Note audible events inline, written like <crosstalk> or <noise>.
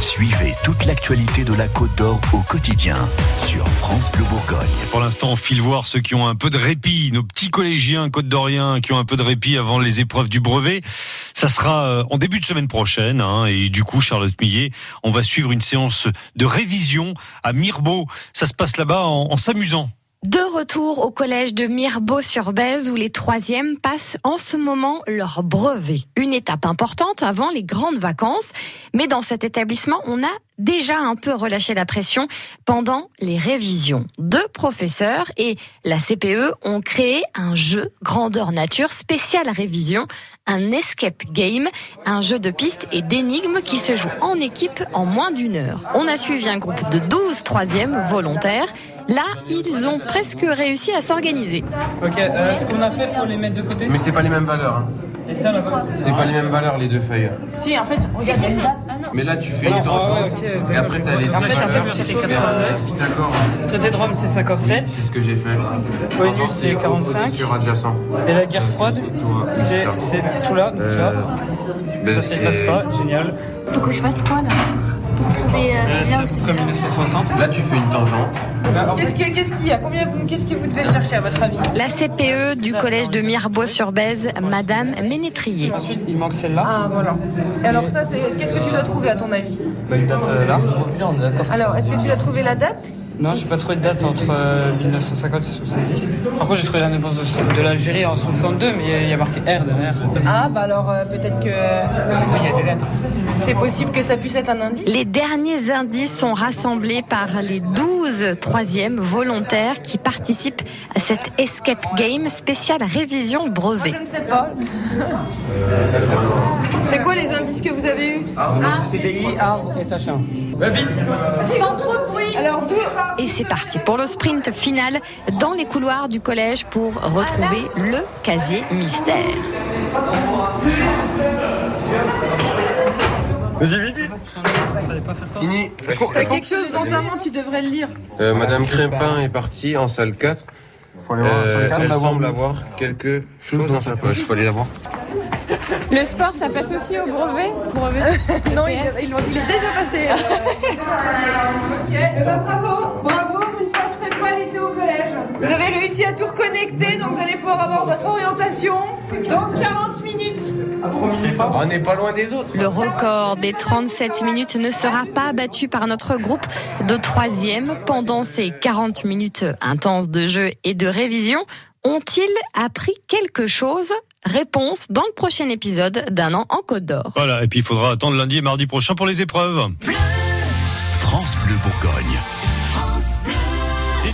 Suivez toute l'actualité de la Côte d'Or au quotidien sur France Bleu Bourgogne. Pour l'instant, on file voir ceux qui ont un peu de répit, nos petits collégiens côte d'Orient qui ont un peu de répit avant les épreuves du brevet. Ça sera euh, en début de semaine prochaine. hein, et du coup, Charlotte Millet, on va suivre une séance de révision à Mirbeau. Ça se passe là-bas en- en s'amusant. De retour au collège de Mirbeau-sur-Bèze où les troisièmes passent en ce moment leur brevet. Une étape importante avant les grandes vacances. Mais dans cet établissement, on a déjà un peu relâché la pression pendant les révisions. Deux professeurs et la CPE ont créé un jeu grandeur nature spécial révision, un escape game, un jeu de pistes et d'énigmes qui se joue en équipe en moins d'une heure. On a suivi un groupe de 12 troisièmes volontaires. Là, ils ont presque réussi à s'organiser. Ok, euh, ce qu'on a fait, faut les mettre de côté. Mais c'est pas les mêmes valeurs. hein. Et ça, là, voilà, c'est C'est pas les mêmes valeurs les deux feuilles. Si, Ah, en fait, regarde, il y a une date. Mais là tu fais les deux ensemble. Et après t'as les deux Après, chacun valeurs. peut faire ses Et, euh, 89. Pythagore, Traité de Rome, c'est 57. c'est ce que j'ai fait. Tangente, c'est 45. Sur adjacent. Et la guerre froide, Toi, c'est ça. c'est tout là, donc tu Euh, vois. ben, Ça s'efface c'est- pas, génial. Faut que je fasse quoi là Pour trouver euh, Euh, C'est celui-là à ou peu près celui-là 1960. Là tu fais une tangente. Là, en fait, Qu'est-ce que- qu'est-ce qu'il y a Combien vous, qu'est-ce que vous devez chercher à votre avis La CPE du collège de Mirbeau-sur-Bèze, Madame Ménétrier. Ensuite, il manque celle-là. Ah voilà. Et alors ça, c'est qu'est-ce que tu dois trouver à ton avis Bah, une date euh, là. Alors, est-ce que tu dois trouver la date Non, j'ai pas trouvé de date entre euh, 1950 et 70. Par contre, j'ai trouvé l'indépendance de, de l'Algérie en 62, mais il y a marqué R derrière. Ah bah alors euh, peut-être que Oui, il y a des lettres. c'est possible que ça puisse être un indice. Les derniers indices sont rassemblés par les 12 troisièmes volontaires qui participent à cette escape game spéciale révision brevet. Je ne sais pas. C'est quoi les indices que vous avez eus CDI, art et Sachin. Va vite Alors d'où Et c'est parti pour le sprint final dans les couloirs du collège pour retrouver le casier mystère. Fini. T'as quelque chose dans ta main, tu devrais le lire. Euh, Madame Crépin est partie en salle 4. Euh, elle semble avoir quelque chose dans sa poche. Faut aller la voir. Le sport, ça passe aussi au brevet Non, il, est déjà passé. <laughs> Eh ben, Bravo Bravo, vous ne passerez pas l'été au collège. Vous avez réussi à tout reconnecter, donc vous allez pouvoir avoir votre orientation. Dans 40 minutes On n'est pas loin des autres. Le record des 37 minutes ne sera pas battu par notre groupe de troisième. Pendant ces 40 minutes intenses de jeu et de révision, ont-ils appris quelque chose Réponse dans le prochain épisode d'un an en Côte d'Or. Voilà, et puis il faudra attendre lundi et mardi prochain pour les épreuves. France Bleu Bourgogne.